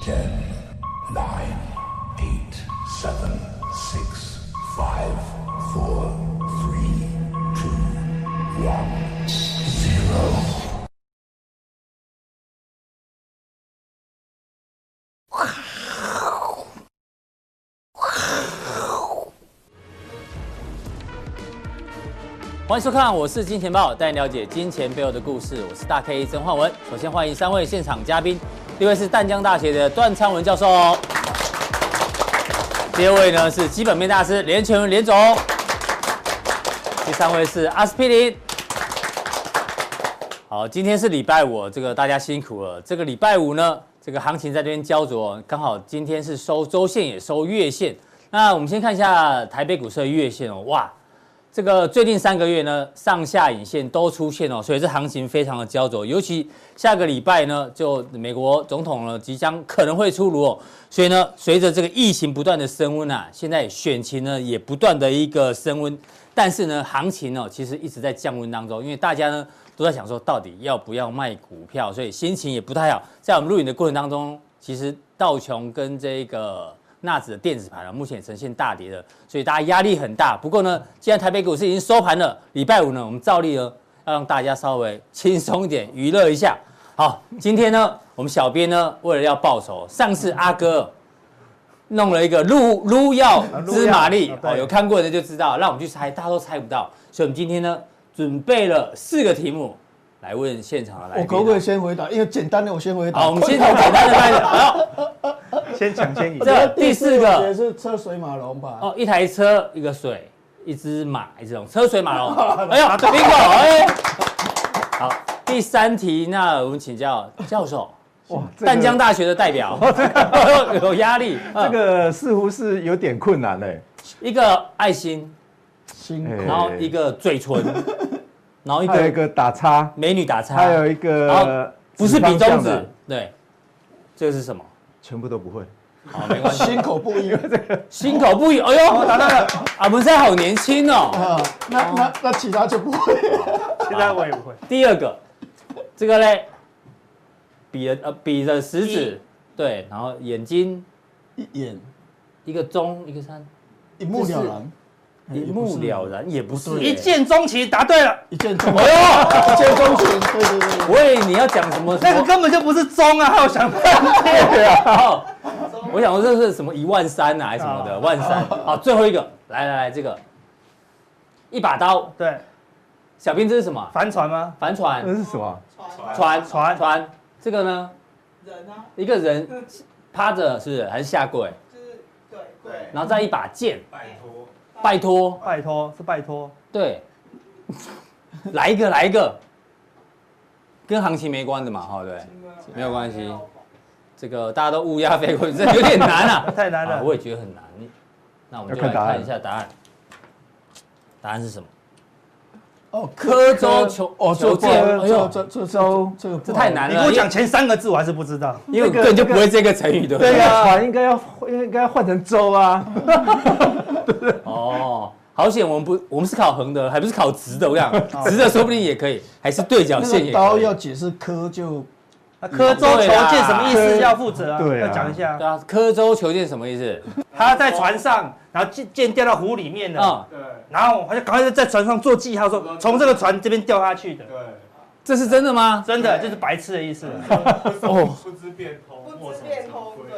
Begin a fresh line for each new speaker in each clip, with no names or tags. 10, 9, 8, 7, 6, 5, 4, 3, 2, 1, 0.
欢迎收看，我是金钱豹，带你了解金钱背后的故事。我是大 K 曾焕文。首先欢迎三位现场嘉宾，第一位是淡江大学的段昌文教授，第二位呢是基本面大师连全文连总，第三位是阿司匹林。好，今天是礼拜五，这个大家辛苦了。这个礼拜五呢，这个行情在这边焦灼，刚好今天是收周线也收月线。那我们先看一下台北股市的月线哦，哇，这个最近三个月呢，上下影线都出现哦，所以这行情非常的焦灼。尤其下个礼拜呢，就美国总统呢即将可能会出炉哦，所以呢，随着这个疫情不断的升温啊，现在选情呢也不断的一个升温，啊但是呢，行情呢、其实一直在降温当中，因为大家呢都在想说到底要不要卖股票，所以心情也不太好。在我们录影的过程当中，其实道琼跟这个纳指的电子盘啊，目前也呈现大跌的，所以大家压力很大。不过呢，既然台北股市已经收盘了，礼拜五呢，我们照例呢要让大家稍微轻松一点，娱乐一下。好，今天呢，我们小编呢为了要报仇，上次阿哥弄了一个鹿鹿药芝麻粒
啊，
哦，
对
有看过的就知道，让我们去猜，大家都猜不到。所以我们今天呢，准备了四个题目来问现场的来
我
宾。
可不可以先回答？因为简单的我先回答。
啊好，我们先从简单的开始。好，
先抢先赢。
这第四个
也是车水马龙吧？
哦，一台车，一个水，一只马，一只龙，车水马 龙。
哦
哎呦，bingo！哎，好，第三题，那我们请教教授，
哇， 这个哦
淡江大学的代 表， 有压力。
这
嗯
个似乎是有点困难嘞。
一个爱心，
辛苦
哎
嗯然后一个嘴 唇，然后一
还有一
个
个打叉，
美女打叉，
还有一
然
个
后不是比
指方
中
向
指
的，
对，这是什么？
全部都不会。
好，没 关系，
心口不 一
心口不一。哎
哦
呦，答到了！啊，文山好年轻哦。
啊，那那那其他就不会。
现在我也不会。
第二个，这个嘞，比着呃比着食指
比，
对，然后眼睛
一眼
一个中一个三，
一目了然，哎
一目了然，也不是
不对
一
一见。
见钟情，答对了，
一见钟
哎呦，
一见钟情。对对对对，
我以为你要讲什么？
那个
什么
根本就不是钟啊，还有 想半天。
哦我想说这是什么一万三啊，还是什么的万三？好，最后一个，来来来，这个一把刀，
对，
小兵这是什么啊？
帆船吗？
帆船
那是什么？
船
嗯船
船，这个呢？
人啊，
一个人趴着是不是还是下跪，
就是对对，
然后再一把剑，
拜
托，
拜托。
拜托，是拜托。
对，来一个，来一个，跟行情没关的嘛，哈，对，没有关系。这个大家都乌鸦飞过去，这有点难啊，
太难了
啊我也觉得很难。那我们就
要
来
看答案
看一下答案，答案是什么？
哦，
科州求
哦，
求
这
见，
这
哎
这
呦，
这这这这个
这
不好
太，难
你
了。
跟我
因
讲
为，
前三个字，我还是不知道。
因为我根本就不会这个成语，对不
对
对？
啊
呀，船应该要应该要换成舟啊。
哦。好险，我们不，我们是考横的，还不是考直的。我讲直的说不定也可以，还是对角
那
线也
个
可以。
刀要解释科就
啊刻舟求
对啦
剑什么意思？要负责啊，
对啊
要讲一下
对。啊，科州求见什么意思？
他在船上，然后剑剑掉到湖里面了，
啊、
然后他就赶快在船上做记号，说从这个船这边掉下去的。
这是真的吗？
真的就是白痴的意思。
哦，
不知变通，
哦，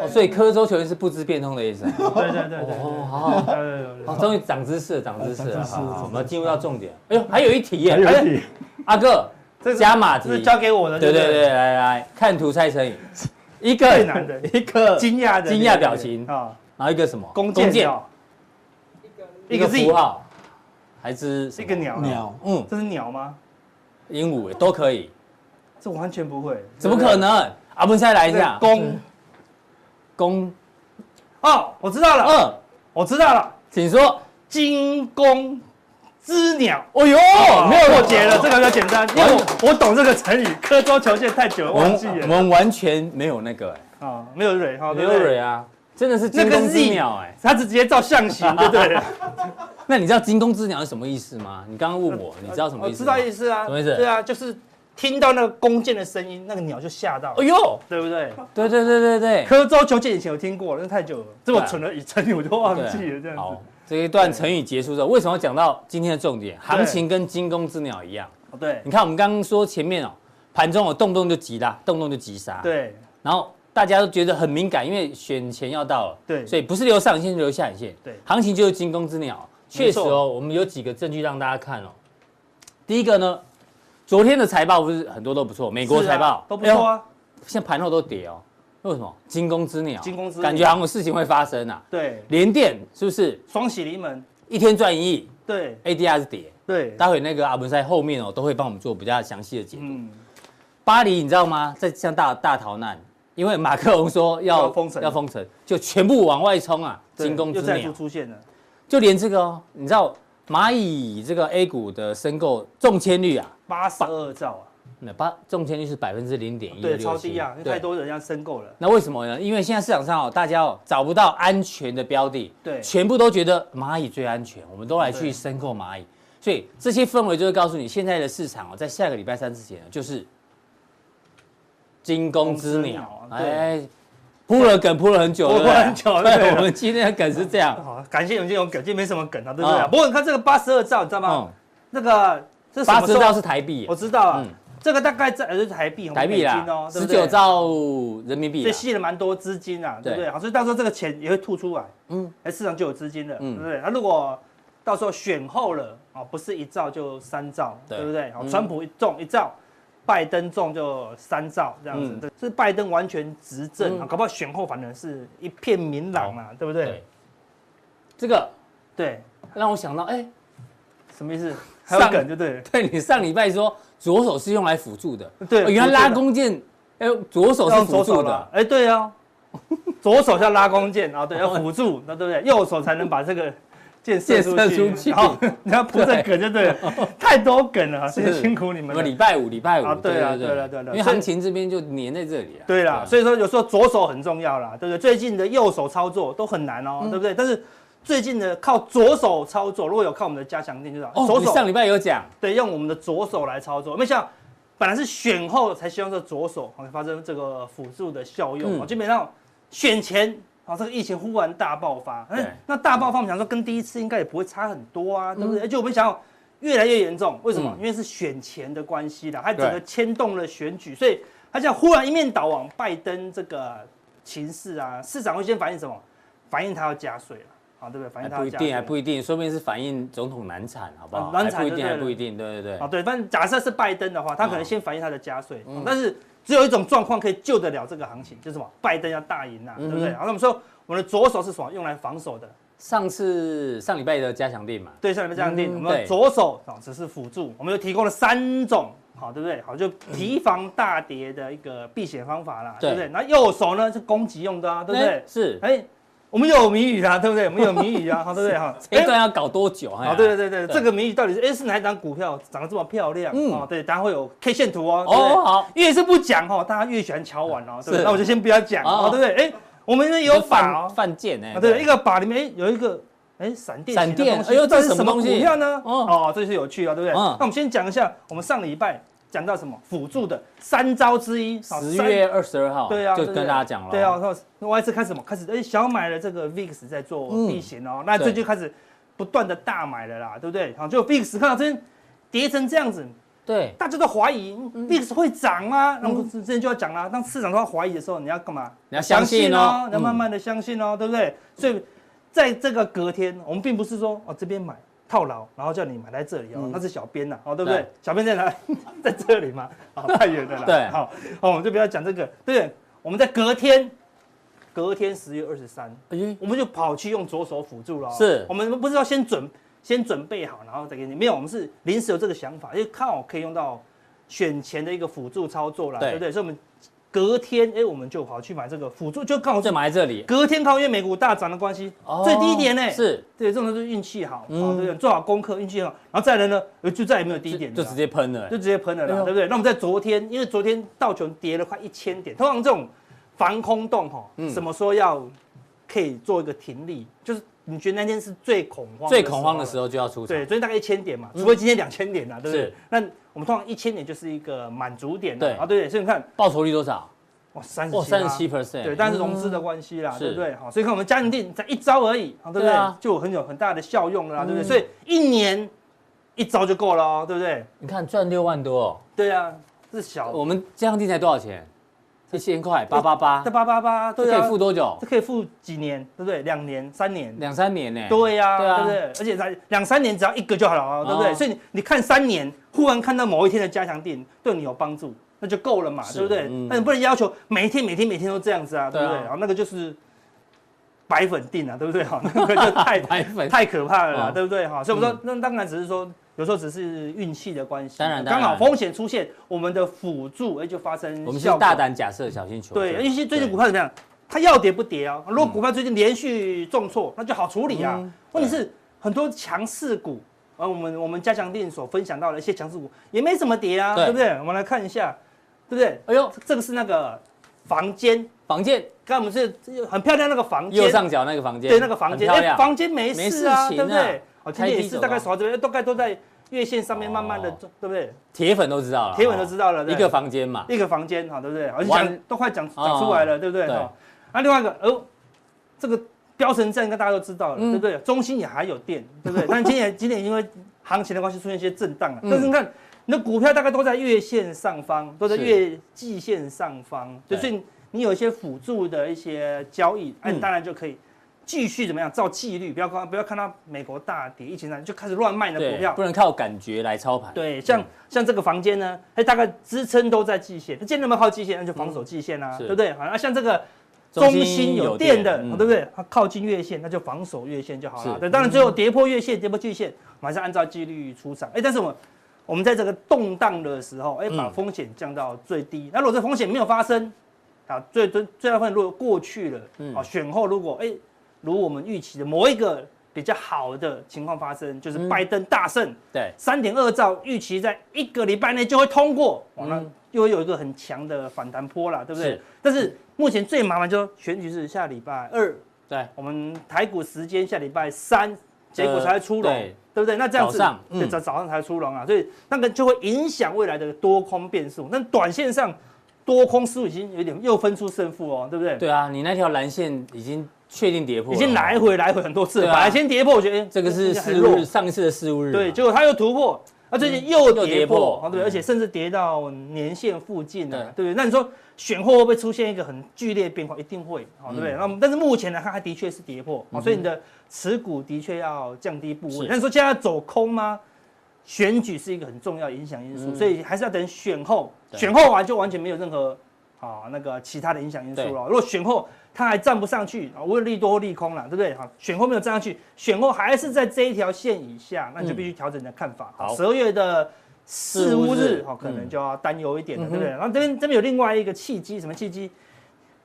对，
所以科州球员是不知变通的意思、啊。
对对对对对
哦，好好
对对对
好，
对。
终于长知识了，长知识了。
长知识
好好
长知
好，
识
我们要进入到重点。哎呦，还有一题耶！
还有
哎
一题，
阿哥，
这是
加码题
这。是交给我的。
对对
不
对，，来来，看图猜成语。一个
最难的
一个
惊讶的
惊讶表情
啊，
然后一个什么？
弓箭鸟，
一个
一
一
个
个 Z
符号，还是什
是
么
一个，鸟，啊
鸟，
嗯，
这是鸟吗？
鹦鹉也都可以，
这我完全不会，
怎么可能？啊嗯阿文再来一
对不对？
下
这，弓
公
哦，我知道了，
二，
我知道了，
请说。
惊弓之鸟。
哦呦，没有啊哦
破解了，这个比较简单，因为我我懂这个成语，刻舟求剑太久了，
我
忘记
们我
了
们完全没有那个哎，
啊，没有蕊哈，
没
对
有
不
蕊
对？
啊，真的是
那
惊
个
弓之
Z
鸟哎。
它是直接照象形， 对不对？
那你知道惊弓之鸟是什么意思吗？你刚刚问我，你知道什么意
我
思
呃知
吗？
道意思啊，
什么意思
对啊，就是听到那个弓箭的声音，那个鸟就吓到
哎，呦，
对不对？
对对对对对，
刻舟求剑以前有听过，那太久了，这
对
么
啊
蠢的成语我都忘
对啊
记了，这样
好
子。，
这一段成语结束之后，为什么要讲到今天的重点？行
对
情跟惊弓之鸟一样。
哦对
你看我们刚刚说前面哦，盘中有动不动就急拉，动不动就急杀，，
对
然后大家都觉得很敏感，因为选前要到了，
对
所以不是留上影线就留下影线，
对
行情就是惊弓之鸟。确
没
实
错
哦，我们有几个证据让大家看哦。第一个呢，昨天的财报不是很多都不错，美国
是啊
财报哎
都不错啊。
现在盘后都跌哦，为什么？惊弓之鸟，
惊弓之鸟
感觉好像有事情会发生啊。
对，
联电是不是
双喜临门，
一天赚一亿
对
？ADR 是跌，
对，
待会那个阿文在后面哦都会帮我们做比较详细的解读。
嗯，
巴黎你知道吗？在向大大逃难，因为马克龙说要
要封城
要封城，就全部往外冲啊，
对
惊弓之
又再度
鸟。
出现了，
就连这个哦，你知道蚂蚁这个 A 股的申购中签率啊，
八十二兆啊，
那八中签率是百分之零点一，
对，超低啊，因为
对
太多人要申购了，
那为什么呢？因为现在市场上哦，大家哦找不到安全的标的，
对
全部都觉得蚂蚁最安全，我们都来去
对
申购蚂蚁，所以这些氛围就会告诉你，现在的市场哦，在下个礼拜三之前呢，就是惊弓之
惊弓之
鸟
鸟，啊对
哎，铺了梗铺了很久，
我
对不对
铺了很久对
对，
啊
我们今天的梗是这样，
好，感谢永健有梗，今天没什么梗啊，对不对啊？
嗯
不过你看这个八十二兆，你知道吗？
嗯，
那个这
八
什么
十
时候
兆是台币
我，知道啊
嗯，
这个大概在呃就是台币，我们
台币
美金
啦
哦，，对
十
不对
九，兆人民币
所以
啦，
吸了蛮多资金啊，对不
对
对？好，所以到时候这个钱也会吐出来，
嗯
嗯，哎，市场就有资金了，
嗯
对不对？那如果到时候选后了啊，不是一兆就三兆，
对
对不对？好，
嗯
川普一中一兆。拜登中就三兆这样子
嗯，
对这是拜登完全执政啊
嗯，
搞不好选后反而是一片明朗啊，对不对
对？，这个
对，
让我想到，哎，
什么 意思？还有
上
梗就对了，
对你上礼拜说左手是用来辅助的，
对
哦原来拉
辅助的
弓箭，哎，左手是
用
辅
左
助
手
的
了，，哎，对 啊，左手叫拉弓箭啊，对，要辅助，那对不对？右手才能把这个箭射出
箭射
去。
出去
好，你要铺这梗就对了， 太多梗了，
是
谢谢辛苦你
我
们
们礼
了。
拜五，礼拜
啊
五，
对啊对啊对啊对啊
因为
所以
行情这边就粘在这里啊了。
对啦，所
以
以说有时候左手很重要啦，对不对？最近的右手操作都很难哦，对不对？但是最近的靠左手操作，如果有靠我们的加强定，就知道
哦，
左
你
手
上礼拜有讲，
对，用我们的左手来操作。没想到本来是选后才希望这左手好发生这个辅助的效用，
嗯
哦，基本上选前啊这个疫情忽然大爆发，
对
嗯，那大爆发我们想说跟第一次应该也不会差很多啊，对不对？而且我们想要越来越严重，为什么？
嗯
因为是选前的关系啦，它整
对
个牵动了选举，所以它这样忽然一面倒往拜登这个情势啊，市场会先反映什么？反映他要加税了，好，对不对？反
还
映他
哎不
要
一
加税
定，还不一定，说不定是反映总统难产，好不好？
啊难产
还不一
就
定，
对
还
了
不一定，对对
啊，
对，
对，反正假设是拜登的话，他可能先反映他的加税，
嗯
但是只有一种状况可以救得了这个行情，就是什么？拜登要大赢啊，
嗯哼
对不对？然后我们说，我们的左手是什么？用来防守的，
上次上礼拜的加强店嘛，
对，像你们这样定，
嗯
我们
对
的左手啊只是辅助，我们又提供了三种，好，对不对？
嗯
好，就提防大跌的一个避险方法啦，
对
对不对？那右手呢是攻击用的啊，对不对
哎？是，
哎，我们有谜语啊，对不对？我们有谜语 啊，好，对不对？哈，
这一
哎
段要搞多久？哎呀
啊，对对对
对
对，这个谜语到底是哎是哪一档股票涨得这么漂亮？
嗯
哦，对，大家会有 K 线图哦。对不对
哦，好，
越是不讲哦，大家越喜欢敲碗哦，对不
是
对？那我就先不要讲
哦
哦，对不对？哎，我们也有法
犯
哦，
犯贱哎，
啊，对，一个法里面哎有一个哎闪电
闪电
型的东西
哎呦
到底
这是什么东西
股票呢？
哦
哦，这是有趣啊，对不对？
嗯
那我们先讲一下，我们上礼拜讲到什么辅助的三招之一，哦
十
三
月二十二号，
对啊，
就
对
跟大家讲了，哦
对啊，然后外资开始什么？开始哎，小买了这个 VIX 在做
嗯
避险哦，那最近开始不断的大买了啦，对不对？好，就 VIX 看到这边跌成这样子，
对，
大家都怀疑
嗯
VIX 会涨吗？那我们之前就要讲啦，当市场都要怀疑的时候，你要干嘛？
你要相信哦
你要慢慢的相信哦，对不对？所以在这个隔天，我们并不是说哦这边买套牢，然后叫你买在这里哦，那是小编呐，哦对不对
嗯对？
小编在哪？ 在这里嘛，哦太远了啦。
对
好，好，我们就不要讲这个，对不对？我们在隔天，隔天十月二十三，
哎，
我们就跑去用左手辅助了哦。
是
我们不是要先准先准备好，然后再给你？没有，我们是临时有这个想法，因为看我可以用到选前的一个辅助操作啦，
对
对不对？所以我们隔天，哎，我们就跑去买这个辅助，就刚好
就埋在这里，
隔天靠因为美股大涨的关系，
哦
最低点呢、
是
对，这种都是运气好，
嗯
哦对不对？做好功课，运气好，然后再来呢，呃就再也没有低
就
点了
就直接喷了，哎
就直接喷了
哎
啦，
呦
对不对？那我们在昨天，因为昨天道琼跌了快一千点，通常这种防空洞哈、
嗯
什么时候要可以做一个停利？就是你觉得那天是最恐慌、
最恐慌的时
候啊
候就要出场。
对，所以大概一千点嘛，除非今天两千点啦，对不对
是？
那我们通常一千点就是一个满足点
对
啦啊，对不对？所以你看，
报酬率多少？
哇，三十
哦，三十七 percent。嗯
对，但是融资的关系啦，
是
对不对？好，所以看我们家庭店才一招而已，好对
对
不对
啊？嗯
就有很有很大的效用了啦，对不对？所以一年一招就够了哦，对不对？
你看赚六万多哦，
对啊，是小
我们这样定才多少钱？一千块，八八八
这，八八八，
这
对
可以
啊
付，多久
这？可以付几年，对不对？两年、三年，
两三年呢？
对呀、
对啊
对不对？而且才两三年只要一个就好了啊，对不
哦
对？所以你你看三年，忽然看到某一天的加强定对你有帮助，那就够了嘛，
是
对不对
嗯？
那你不能要求每一天每天每天都这样子啊，对不
对
对？
啊
然后那个就是白粉定啊，对不对？哈，那个就 太
白粉
太可怕了
哦嗯
啦，对不对？哈，所以我们说，那当然只是说。有时候只是运气的关系，啊
当然当
刚
然
好风险出现，我们的辅助哎就发生效果。
我们是大胆假设，小心求证。
对，因为最近
对
股票怎么样？它要跌不跌啊？如果股票最近连续重挫，那就好处理啊。
嗯
问题是很多强势股，而我们我们加强店所分享到的一些强势股也没怎么跌啊，
对
对不对？我们来看一下，对不对？
哎呦，
这个是那个房间，
房间
刚才我们是很漂亮那个房间，
右上角那个房间，
对那个房
很
间，哎
漂亮。
房间没
没
事
事
啊，
情
对不
啊
对？哦，今天也是大
开
概
低走
手到这边，大概都在月线上面慢慢的
哦，
对不对？
铁粉都知道了，
铁粉都知道了，对
一
不对
个房间嘛，
一个房间，好，对不对？而且
完
讲都快讲讲出来了，对不对？
啊对
哈，那另外一个，哦，这个标成站应该大家都知道了，
嗯
对不对？中心也还有电，对 不对？但今年今年因为行情的关系出现一些震荡了，啊
嗯
但是你看你的股票大概都在月线上方，都在
是
月季线上方，
对
就是你有一些辅助的一些交易，哎，
嗯
你当然就可以。继续怎么样？照纪律，不要看不要看到美国大跌，疫情上就开始乱卖你的股
对
票，，
不能靠感觉来操盘。
对，像、
嗯
像这个房间呢，它大概支撑都在季线，那既然那么靠季线，那就防守季线啊，
嗯是
对不对？好，那像这个
中
中
心
心
有
有电的，哦
电嗯
对不对？它靠近月线，那就防守月线就好了
是。
对，当然最后跌破月线、跌破季线，我们还是按照纪律出场。哎，但是我们我们在这个动荡的时候，哎，把
嗯
风险降到最低。那如果这风险没有发生，啊，最最最大部分如果过去了，
嗯
啊，选后如果哎，如我们预期的某一个比较好的情况发生，就是
嗯
拜登大胜。
对，
三点二兆预期在一个礼拜内就会通过，哇，那
嗯
又会有一个很强的反弹波啦，对不对？
是
但是目前最麻烦就是选举是下礼拜二，
对，
我们台股时间下礼拜三，结果才会出笼，
呃对
对不对？那这样子，
早上
对
嗯
早早上才出笼啊，所以那个就会影响未来的多空变数。那短线上多空似乎已经有点又分出胜负哦，对不对？
对啊，你那条蓝线已经确定跌破
已
了，
经来回来回很多次了，
对啊
本来先跌破，我觉得哎
这个是
应该很
四
弱
五日，上一次的四五日嘛，啊嗯
对，结果它又突破，啊，最近又
又跌
跌
破
破，啊，对，
嗯
而且甚至跌到年线附近了、
对
对不对？那你说选货会不会出现一个很剧烈的变化？一定会，啊好，对
嗯
不对？那、么但是目前来看，它的确是跌破，好，啊所以你的持股的确要降低部
是
位。那你说现在要走空吗？选举是一个很重要的影响因素，
嗯
所以还是要等选后，
对
选后完就完全没有任何啊那个其他的影响因素了。如果选后它还站不上去，啊，无论利多或利空了，对不对？哈，啊选后没有站上去，选后还是在这一条线以下，那你就必须调整你的看法。
嗯
啊
好
十二月的四五
四五日
日，好，啊可能
嗯
就要担忧一点了，
嗯哼
对不对？然后这边这边有另外一个契机，什么契机？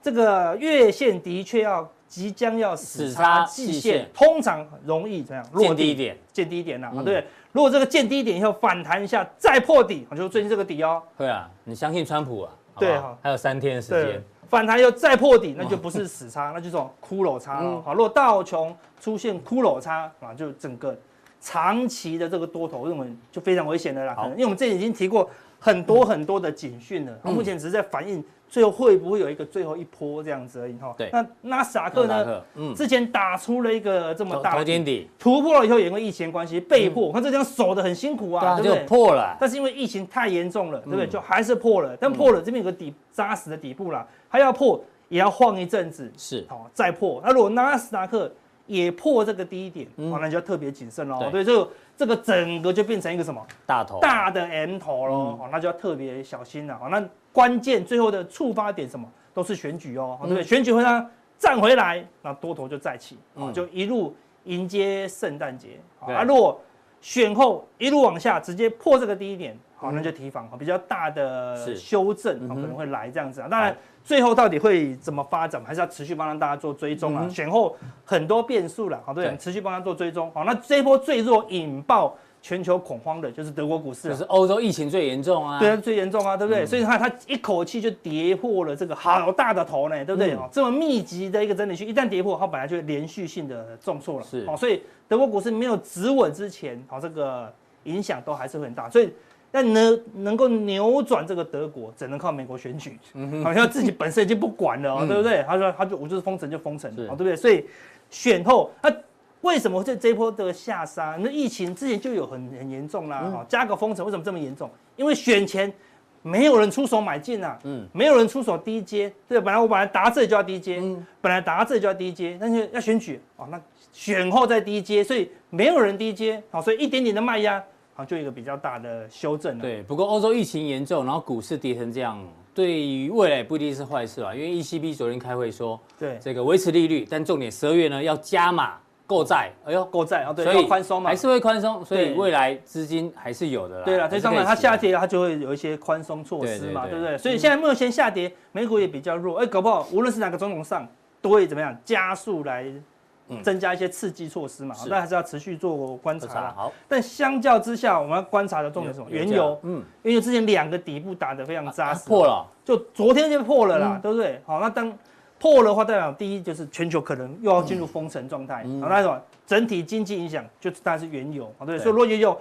这个月线的确要即将要
死
死
叉
叉
季
季
线
线，通常容易怎样落
见
地
低点，
见低点啦、啊，
嗯
对不对？如果这个见低点以后反弹一下再破底，就是最近这个底哦，
会啊，你相信川普啊？好不
对
好
哈
还有三天的时
对
间，，
反弹又再破底，那就不是死叉，那 就是这种骷髅叉了
嗯。
好，如果道琼出现骷髅叉啊，就整个长期的这个多头，我认为就非常危险的啦。
好嗯
可能因为我们之前已经提过很多很多的警讯了，啊目前只是在反映最后会不会有一个最后一波这样子而已哈。
嗯对
那纳斯达克
纳斯达
呢
克嗯？
之前打出了一个这么
头
大的
头肩底，
突破了以后，也因为疫情的关系被迫，我看这张守的很辛苦
嗯对
啊，
啊，
对不
就
对？
破了，
但是因为疫情太严重
嗯
了，对不对？就还是破了，但破了这边有个底扎实的底部啦，它要破也要晃一阵子，
是
好、再破。那如果纳斯达克也破这个低点，
嗯
哦，那你就要特别谨慎喽
对。
对，就这个整个就变成一个什么
大头，啊
大的 M 头喽，
嗯
哦，那就要特别小心了。哦，那关键最后的触发点什么都是选举哦，哦对不对？选举会让它站回来，那多头就再起，哦
嗯，
就一路迎接圣诞节。哦
对
啊，如果选后一路往下，直接破这个低点，好，那就提防好哦比较大
嗯是
的修正
嗯
好
哼
可能会来这样子啊。当然
好，
最后到底会怎么发展，还是要持续帮大家做追踪
嗯
啊
哼。
选后很多变数了，好，对
对
哦不对，持续帮他做追踪。好，那这一波最弱引爆。全球恐慌的就是德国股市、
就
啊
是。欧洲疫情最严重啊，嗯
对，最严重啊，对不对？所以你看，它一口气就跌破了这个好大的头呢，对不对？
嗯
哦，这么密集的一个整理区，一旦跌破，它本来就会连续性的重挫了。
是
哦，所以德国股市没有止稳之前，哦，这个影响都还是会很大。所以，那能能够扭转这个德国，只能靠美国选举，
嗯
好像自己本身已经不管了、哦，对不对？他说，他就我就是封城就封城，
是
哦，对不对？所以选后，他为什么这这一波的下杀？那疫情之前就有很很严重
嗯
啦，哦加个封城为什么这么严重？因为选前没有人出手买进啊，
嗯
没有人出手低接，对，本来我本来打到这里就要低接，
嗯
本来打到这里就要低接，但是要选举哦，那选后再低接，所以没有人低接，好、所以一点点的卖压，好、就有一个比较大的修正了、
对，不过欧洲疫情严重，然后股市跌成这样，对于未来也不一定是坏事啊。因为 ECB 昨天开会说，
对，
这个维持利率，但重点十二月呢要加码购债，哎呦，
购债啊，对，
所
要
以
宽松嘛
还，是会宽松，所以
对
未来资金还是有的啦。
对了，所以当然它
还是可以
下跌了，它就会有一些宽松措施嘛，
对对对嗯
对不对？所以现在目前下跌，美股也比较弱，哎，搞不好无论是哪个总统上，都会怎么样加速来增加一些刺激措施嘛，
是
但还是要持续做观察
喝茶
啦。
好，
但相较之下，我们要观察的重点是什么？原油，
嗯，
原油之前两个底部打得非常扎实，
啊破了，
就昨天就破了啦，
嗯
对不对？好，那当破了的话，代表第一就是全球可能又要进入封城状态，
嗯
好，那什么整体经济影响就当然是原油，好，对不对，
对
所以如果原油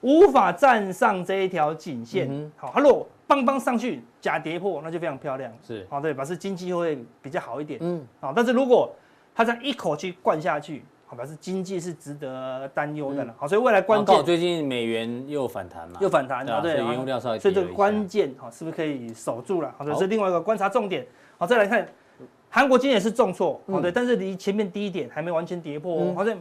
无法站上这一条颈线，
嗯
好，它如果邦邦上去假跌破，那就非常漂亮，
是，
好，对，表示经济会比较好一点，
嗯，
好，但是如果它这样一口气灌下去，好，表示经济是值得担忧
嗯
的了，好，所以未来关
关键
键
最近美元又反弹嘛，
又反弹
对啊
了，对，
所以
好
原油料稍微
所
跌
以这
了
个
一下
关键哈是不是可以守住了？好，这
好
是另外一个观察重点。好，再来看韩国今天也是重挫，好
嗯
对，但是离前面低一点还没完全跌破
嗯
哦，好像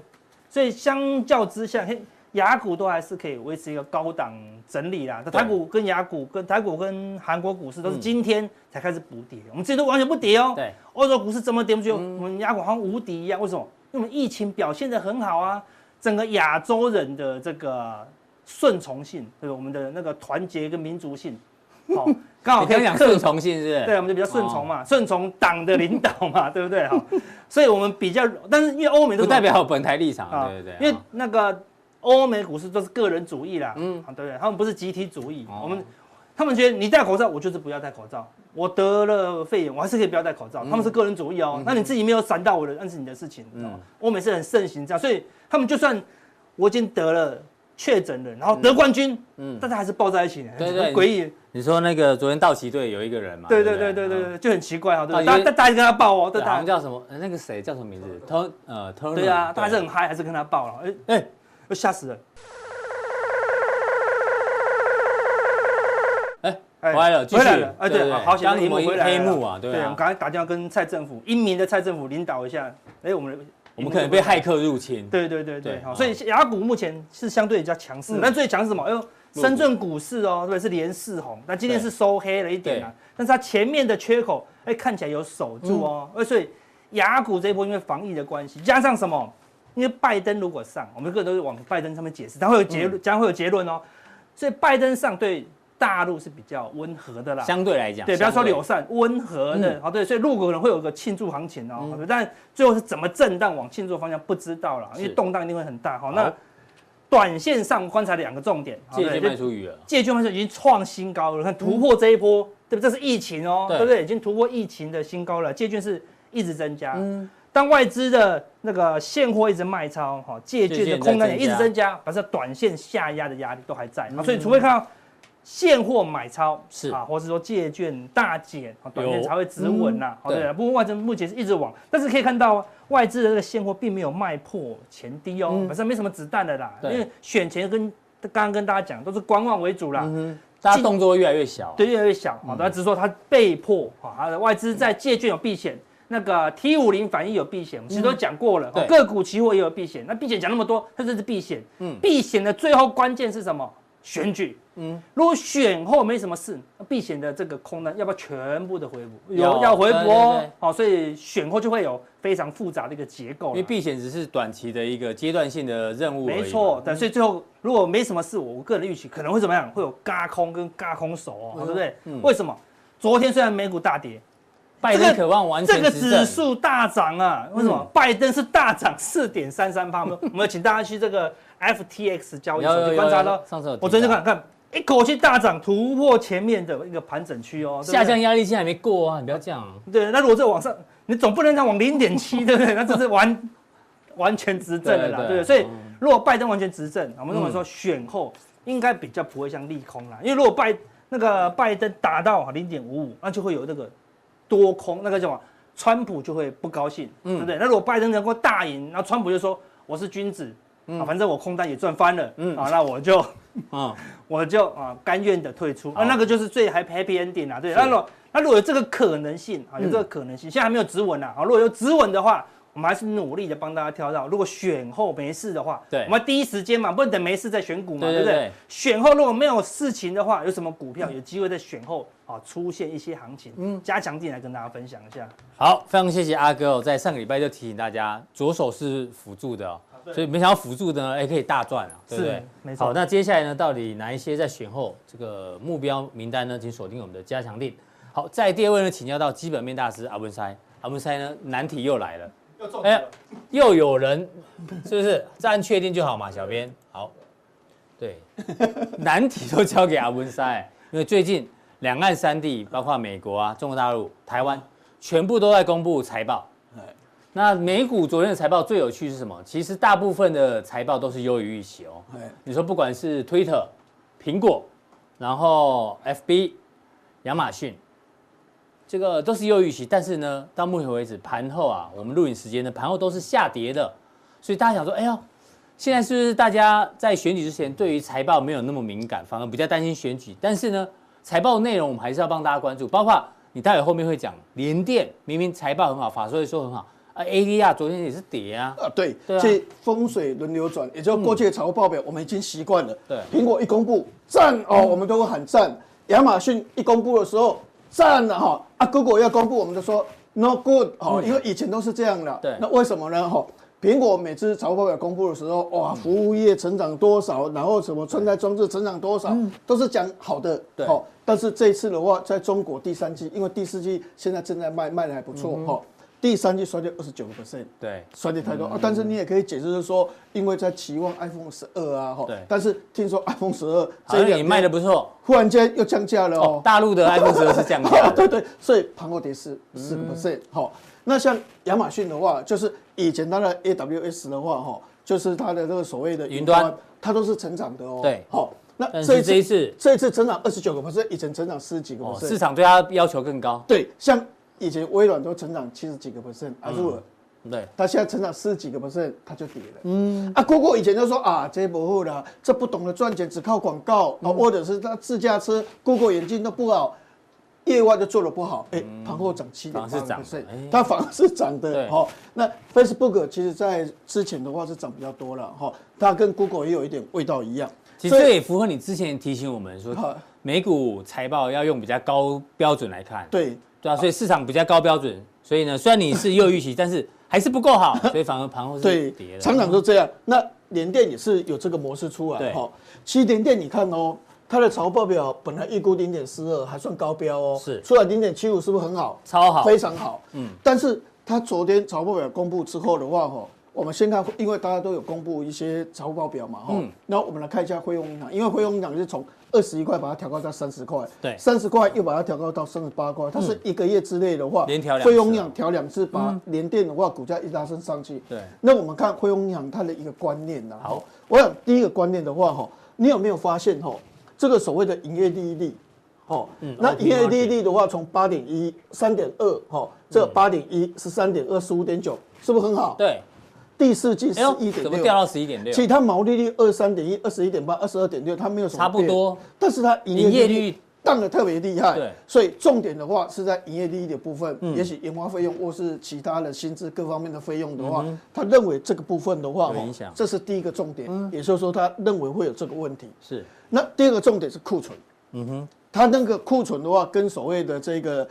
所以相较之下，嘿，雅股都还是可以维持一个高档整理啦。那
对嗯
台股跟雅股跟台股跟韩国股市都是今天才开始补跌，我们之前都完全不跌哦。
对，
欧洲股市怎么跌不就
嗯
我们雅股好像无敌一样？为什么？因为我们疫情表现得很好啊，整个亚洲人的这个顺从性，对我们的那个团结跟民族 性，好、刚好
你
可
刚
以
讲
克
顺从哦性是不是？
对，我们就比较顺从嘛，顺从党的领导嘛，对不对？哈，所以我们比较，但是因为欧美
不
都是
代表本台立场啊，
啊，
对对对，
因为
啊
那个欧美股市都是个人主义啦，嗯，对不对？他们不是集体主义，
哦
我们他们觉得你戴口罩，我就是不要戴口罩，我得了肺炎，我还是可以不要戴口
嗯
罩，他们是个人主义哦，那你自己没有闪到我的，那是你的事情，你知道吗？欧美是很盛行这样，所以他们就算我已经得了确诊了，然后得冠军，
嗯
嗯，大家还是抱在一起，
对
很
对
诡异。
你说那个昨天道奇队有一个人嘛，
对
不
对对对对
嗯
对，就很奇怪哈，对不
啊
对？
有
大大大家跟他抱哦，对
对，好
大
像
家，
叫什么？呃那个谁叫什么名字？Turn 呃 Turner，
对啊，大家还是很嗨，还是跟他抱了，哎
哎，
哎，吓死人！
哎
哎
回来了，继续
回来了，哎，对，好险，
刚刚
那个荧幕回来了
黑幕啊，对
我
啊
们，赶快打电话跟蔡政府，英明的蔡政府领导一下，哎，我们的
我们可能被，骇客入侵，
对对对
对
对，
好
好，所以雅股目前是相对比较强势，那最强是什么？哎呦，深圳股市哦，对，是连四红，那今天
对
是收黑了一点啊，但是它前面的缺口，哎，看起来有守住哦，哎，所以雅股这一波因为防疫的关系，加上什么？因为拜登如果上，我们个人都是往拜登上面解释，他会有结论，将会有结论哦，所以拜登上对大陆是比较温和的啦，
相对来讲，
对，不要说
相对
友善，温和的，好、对，所以入股可能会有个庆祝行情哦，好对但最后是怎么震荡往庆祝的方向不知道了，因为
是
动荡一定会很大。好，
好
那短线上观察两个重点，好
借
对
机
就
卖出鱼了，
借券方向已经创新高了，看突破这一波，对不对？这是疫情哦，
对
嗯对不对？已经突破疫情的新高了，借券是一直增加。当外资的那个现货一直卖超，哈，借券的空单也一直增加，表示短线下压的压力都还在。啊所以除非看到现货买超
是
啊，或是说借券大减，啊短线
有
才会止稳呐。好，对
对
啊，不过外资目前是一直往，但是可以看到啊外资的这个现货并没有卖破前低哦，表示没什么子弹的啦。因
对
为选前跟刚刚跟大家讲都是观望为主啦。
大家动作会越来越小，啊
对，越来越小。好、
嗯
的，只是说它被迫，好、它的外资在借券有避险，那个 T 五零反应有避险，我们其实都讲过了。
嗯对
哦个股期货也有避险，那避险讲那么多，它就是避险。
嗯
避险的最后关键是什么？选举。嗯，如果选后没什么事，那避险的这个空单要不要全部的回补？有
有
要回补
对对
哦
对。
好、所以选后就会有非常复杂的一个结构啦。
因为避险只是短期的一个阶段性的任务而已嘛，嗯
没错，但所以最后如果没什么事，我个人预期可能会怎么样？
嗯
会有嘎空跟嘎空手哦，对不对？为什么？昨天虽然美股大跌，
拜
这
登
个
渴望完
这
全嗯
个
执政
指，数大涨啊！为什么？拜登是大涨四点三 三趴。我们我们请大家去这个 FTX 交易
有有
所
有
去观察
有
到，
上次有提
我昨天就
到
看看，哎一口气大涨，突破前面的一个盘整区哦，对不对
下降。压力线还没过啊，你不要这样。
对，那如果再往上，你总不能再往零 点七，对不对？那这是完完全执政了
对对
啦，对
哦嗯
不
对
对？所以如果拜登完全执政，我们认为说选后应该比较不会像利空啦，因为如果拜那个拜登达到零点五五，那就会有那个多空，那个叫什么？川普就会不高兴，
嗯
对不对？那如果拜登能够大赢，那川普就说我是君子，啊，反正我空单也赚翻了，
嗯
啊，那我就
嗯，
我就啊甘愿的退出，
好
啊，那个就是最 happy ending 啊，对。那如果那如果有这个可能性
嗯
啊，有这个可能性，现在还没有指纹啊，好，如果有指纹的话，我们还是努力的帮大家挑到。如果选后没事的话，
对
我们第一时间嘛，不能等没事再选股嘛，
对
对
对
不
对
对？选后如果没有事情的话，有什么股票有机会在选后啊出现一些行情，嗯，加强进来跟大家分享一下。
好，非常谢谢阿哥哦，在上个礼拜就提醒大家，左手是辅助的、哦，所以没想到辅助的呢，哎，可以大赚啊，对不对
啊是？没错
好，那接下来呢，到底哪一些在选后这个目标名单呢？请锁定我们的加强令。好，在第二位呢，请教到基本面大师阿文塞，阿文塞呢，难题又来了，哎呀，又有人，是不是？这按确定就好嘛，小编。好， 对，难题都交给阿文塞，因为最近两岸三地，包括美国啊、中国大陆、台湾，全部都在公布财报。那美股昨天的财报最有趣是什么？其实大部分的财报都是优于预期哦。
哎，
你说不管是 Twitter、苹果，然后 FB、亚马逊，这个都是优于预期，但是呢，到目前为止盘后啊，我们录影时间呢，盘后都是下跌的，所以大家想说，哎呦，现在是不是大家在选举之前对于财报没有那么敏感，反而比较担心选举？但是呢，财报内容我们还是要帮大家关注，包括你待会后面会讲联电，明明财报很好，法说也说很好，啊，ADR 昨天也是跌啊，
啊，对，
对啊嗯
所以风水轮流转，也就是过去的财务报表我们已经习惯了。
对嗯
苹果一公布赞哦，我们都会喊赞；亚马逊一公布的时候赞了哈，啊，Google 要公布我们就说 no good 哦，因为以前都是这样的。
嗯对
那为什么呢？哈，苹果每次财务报表公布的时候，
嗯
哇，服务业成长多少，然后什么穿戴装置成长多少，都是讲好的。
嗯对
哦但是这一次的话，在中国第三季，因为第四季现在正在卖，卖的还不错
嗯
哈。第三季衰退二十九个 percent，
对，
衰跌太
嗯
多、啊，但是你也可以解释是说，因为在期望 iPhone 十二啊，哈
对，
但是听说 iPhone 十二
好
这
像
一两
也
天
卖的不错
忽然间又降价了
哦
哦，，
大陆的 iPhone 十二是降价的，
对对，所以盘后跌四四个 percent，好，
嗯
那像亚马逊的话，就是以前它的 AWS 的话，哈，就是它的这个所谓的
云端，
它都是成长的哦，
对
好，那
但
这
是
一
这一
次
次
这一次成长二十九个 percent，以前成长四十几个
哦，
percent，
市场对它要求更高，
对，像以前微软都成长七十几个 percent，阿
嗯
如尔。
对。
它现在成长四十几个 percent，它就跌了。嗯，啊，Google 以前就说啊，这不会啦，这不懂得赚钱，只靠广告啊，
嗯
或者是它自驾车、Google 眼镜都不好，业外就做的不好，哎、盘后涨七点
嗯反而
八
是
percent，
涨的哎
它反而是涨
对
的。好、那 Facebook 其实在之前的话是涨比较多了，哈、它跟 Google 也有一点味道一样。哦
其实
所以
这也符合你之前提醒我们说
好，
美股财报要用比较高标准来看，
对，
对啊，所以市场比较高标准，所以呢，虽然你是又预 期，但是还是不够好，所以反而盘后是
对
跌，的。
常常都这样。那联电也是有这个模式出
对
来哈。其实联电你看哦，它的财务报表本来预估零点四二，还算高标哦。
是
出来零点七五是不是很好？
超好
非常好。嗯。但是它昨天财务报表公布之后的话，哈。我们先看，因为大家都有公布一些财务报表嘛，哈、
嗯
然后我们来看一下汇丰银行，因为汇丰银行是从二十一块把它调高到三十块，
对嗯
三十块又把它调高到三十八块，它是一个月之内的话，
连调两次
汇丰银
啊
行调两次，把联电的话股价一拉升上去，
对
那我们看汇丰银行它的一个观念呢、
好，
我想第一个观念的话，哈，你有没有发现哈，这个所谓的营业利率，哦，
嗯
那营业利率的话，从八点一、三点二，哈，这八点一、十三点二、十五点九，是不是很好？，
对，
第四季
哎
十
呦
一，点
怎么
六，
掉到十一点六
其？实它毛利率二三点一、二十一点八、二十二点六，它没有什么
差不
变
多，
但是它营
营业
业
率
率降的特别厉害。
对嗯
所以重点的话是在营业利益的部分，也许研发费用或是其他的薪资各方面的费用的话，他认为这个部分的话，
嗯有
哦
影响嗯
这是第一个重点，也就是说他认为会有这个问题。
是
那第二个重点是库存，嗯哼，它那个库存的话，跟所谓的这个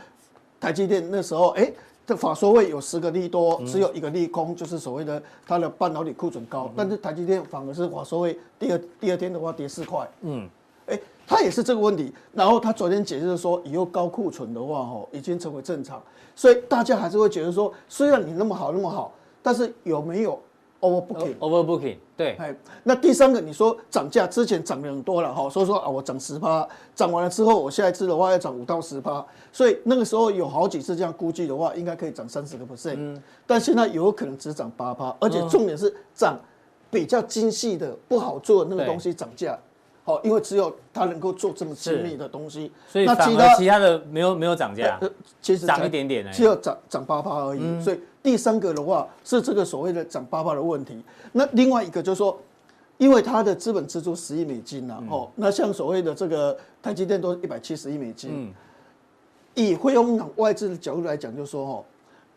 台积电那时候，哎、这法说会有十个利多，只有一个利空，就是所谓的它的半导体库存高，但是台积电反而是法说会第二第二天的话跌四块，嗯，哎、他也是这个问题。然后他昨天解释说，以后高库存的话，哦，已经成为正常，所以大家还是会觉得说，虽然你那么好那么好，但是有没有哦 overbooking？
overbooking，对，
哎，那第三个，你说涨价之前涨得很多了哈，所以说啊，我涨十趴，涨完了之后，我下一次的话要涨五到十趴，所以那个时候有好几次这样估计的话，应该可以涨三十个 percent，
嗯
但现在有可能只涨八趴，而且重点是涨比较精细的、不好做的那个东西涨价，
嗯
好，因为只有它能够做这么精密的东西，
所以
那
反
其
而
他
其他的没有没有涨价
呃，其实
啊涨
才
一点点而已嗯
只有涨涨八趴而已。所以第三个的话是这个所谓的涨八趴的问题。那另外一个就是说，因为它的资本支出十亿美金
嗯
呐、哦，那像所谓的这个台积电都一百七十亿美金，
嗯
以汇丰港外资的角度来讲，就说哦，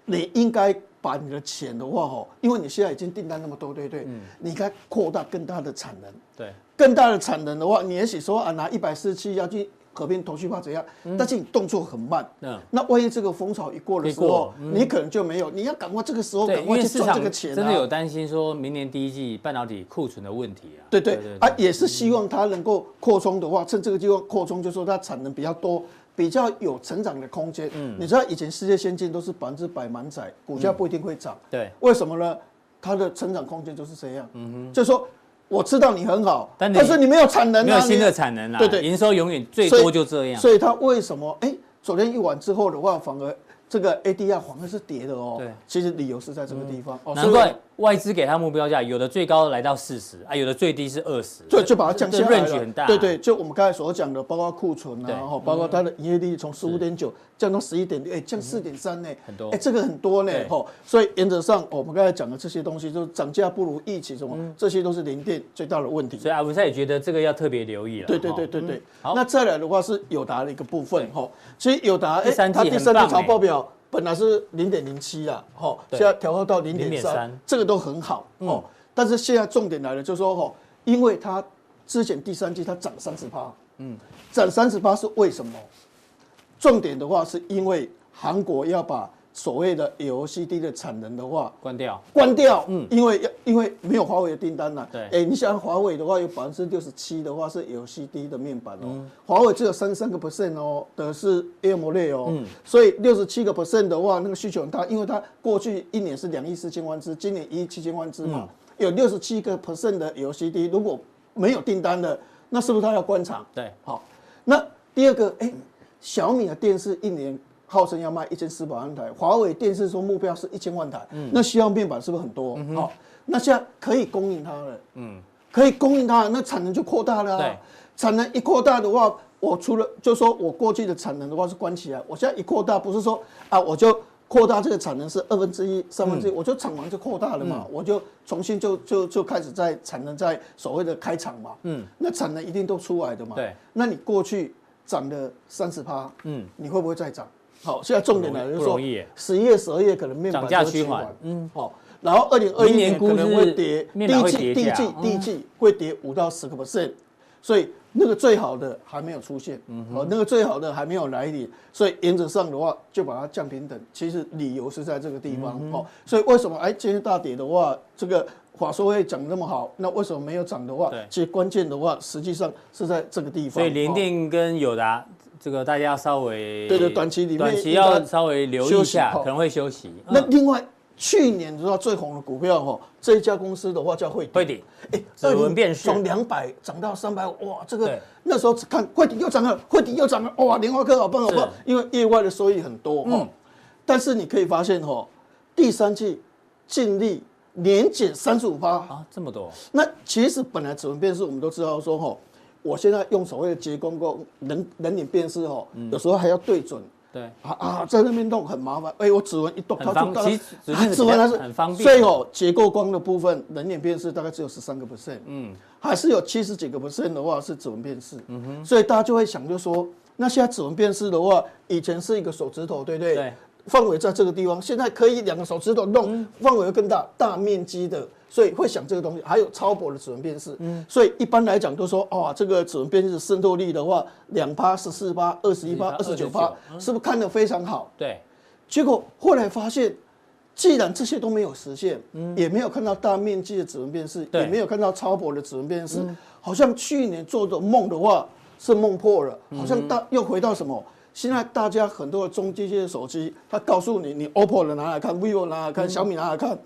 你应该把你的钱的话哦，因为你现在已经订单那么多，对不对？
嗯
你应该扩大更大的产能。
对，
更大的产能的话，你也许说啊拿一百四七要去合并投续化怎样，但是你动作很慢。
嗯，
那万一这个风潮一过的时
一过嗯
候，你可能就没有，你要赶快这个时候
对，
赶
因
快
为
去
市
赚
场
这个钱啊！
真的有担心说明年第一季半导体库存的问题啊，
对对啊，也是希望它能够扩充的话，趁这个地方扩充，就说它产能比较多，比较有成长的空间。
嗯
你知道以前世界先进都是百分之百满载，股价不一定会涨。
对，
为什么呢？它的成长空间就是这样。嗯哼，就说我知道你很好，
但
但
你
是你没有产能啊，
没有新
你
的产能啦，
对对
营收永远最
所以
多就这样，
所以它为什么？哎、昨天一晚之后的话，反而这个 ADR 反而是跌的哦。
对
其实理由是在这个地方。哦，
难
所以
怪外资给它目标价，有的最高来到四十啊，有的最低是二十，
就就把它降下来了。
range 很大，啊
对对，就我们刚才所讲的，包括库存啊，
对
然后包括它的营业利率从十五点九降到十一点六，哎，降四点三呢，
很多
哎，这个很多呢
对，
吼。所以原则上，我们刚才讲的这些东西，就是涨价不如预期，什么，这些都是零电最大的问题。
所以阿文赛也觉得这个要特别留意了，
对对对
哈，嗯
对对。
好
那再来的话是友达的一个部分哈，其实友达
第
哎，
三季
它第
很
三
棒
季
哎
财报表本来是零点零七啦，哈，
对
现在调高到零点
0.3
三，这个都很好哦。但是现在重点来了，就是说哈，因为它之前第三季它涨三十趴，嗯，涨三十趴是为什么？重点的话是因为韩国要把所谓的 LCD 的产能的话
关掉，
关掉，嗯，因为要因为没有华为的订单了。
对
哎，你想华为的话，有百分之六十七的话是 LCD 的面板哦，华为只有三三个 percent 哦的是 AMOLED 哦，所以六十七个 percent 的话，那个需求很大，因为它过去一年是两亿四千万只，今年一亿七千万只嘛，有六十七个 percent 的 LCD 如果没有订单的，那是不是它要关厂？
对
好，那第二个，哎、小米的电视一年号称要卖一千四百万台，华为电视说目标是一千万台，那需要面板是不是很多？好、那现在可以供应它了，嗯，可以供应它了，那产能就扩大了、
对
啊。产能一扩大的话，我除了就说我过去的产能的话是关起来，我现在一扩大，不是说啊我就。扩大这个产能是二分之一、三分之一，我就厂房就扩大了嘛，我就重新就就就开始在产能在所谓的开厂嘛，嗯，那产能一定都出来的嘛，
对，
那你过去涨了三十趴，
嗯
嗯，你会不会再涨？好，现在重点来了，就是
不容
说
易耶
十一月、十二月可能面板
涨价
都会
趋
趋
缓
缓，嗯，好，然后二零二一
明年
年可能
估
会
是
跌，第
面板
一
会
季、
跌
第一
价嗯
季、第一季会跌五到十个 percent，所以那个最好的还没有出现，哦，那个最好的还没有来临，所以原则上的话就把它降平等。其实理由是在这个地方，
嗯
哦，所以为什么哎今天大跌的话，这个法说会讲得那么好，那为什么没有涨的话
对？
其实关键的话，实际上是在这个地
所
方。
以联
哦
电跟友达这个大家要稍微
对对短期里面
短期
应该
要稍微留意一
休息
下，
哦
可能会休息，嗯
那另外，去年知道最红的股票哈，这一家公司的话叫汇
会。顶，
哎，
指纹辨识
从两百涨到三百，哇，这个
对
那时候只看汇顶又涨了，汇顶又涨了，哇，莲花科好棒好棒
是，
因为业外的收益很多哈、
嗯
但是你可以发现哈、第三季净利年减三十五趴，
啊，这么多，
那其实本来指纹辨识我们都知道说吼，我现在用所谓的结光光人人脸辨识吼，
嗯
有时候还要对准。
对，
啊啊，在那边弄很麻烦。哎、我指纹一动，
很
它
方
就大
其
概啊
实指纹
指纹还是
很方便
所以哦，结构光的部分，人脸辨识大概只有十三个 percent，嗯，还是有七十几个 percent 的话是指纹辨识，嗯哼，所以大家就会想就说，那现在指纹辨识的话，以前是一个手指头，对不对？
对嗯
范围在这个地方，现在可以两个手指头弄，范围会更大，大面积的，所以会想这个东西。还有超薄的指纹辨识，
嗯
所以一般来讲都说，哇，这个指纹辨识渗透力的话，两趴、十四趴、二十一趴、二十九嗯趴，是不是看得非常好？
对，
结果后来发现，既然这些都没有实现，也没有看到大面积的指纹辨识，
对
嗯也没有看到超薄的指纹辨识，好像去年做的梦的话，是孟破了，好像大又回到什么？现在大家很多的中低阶手机，它告诉你，你 OPPO 的拿来看，vivo 拿来看，小米拿来看，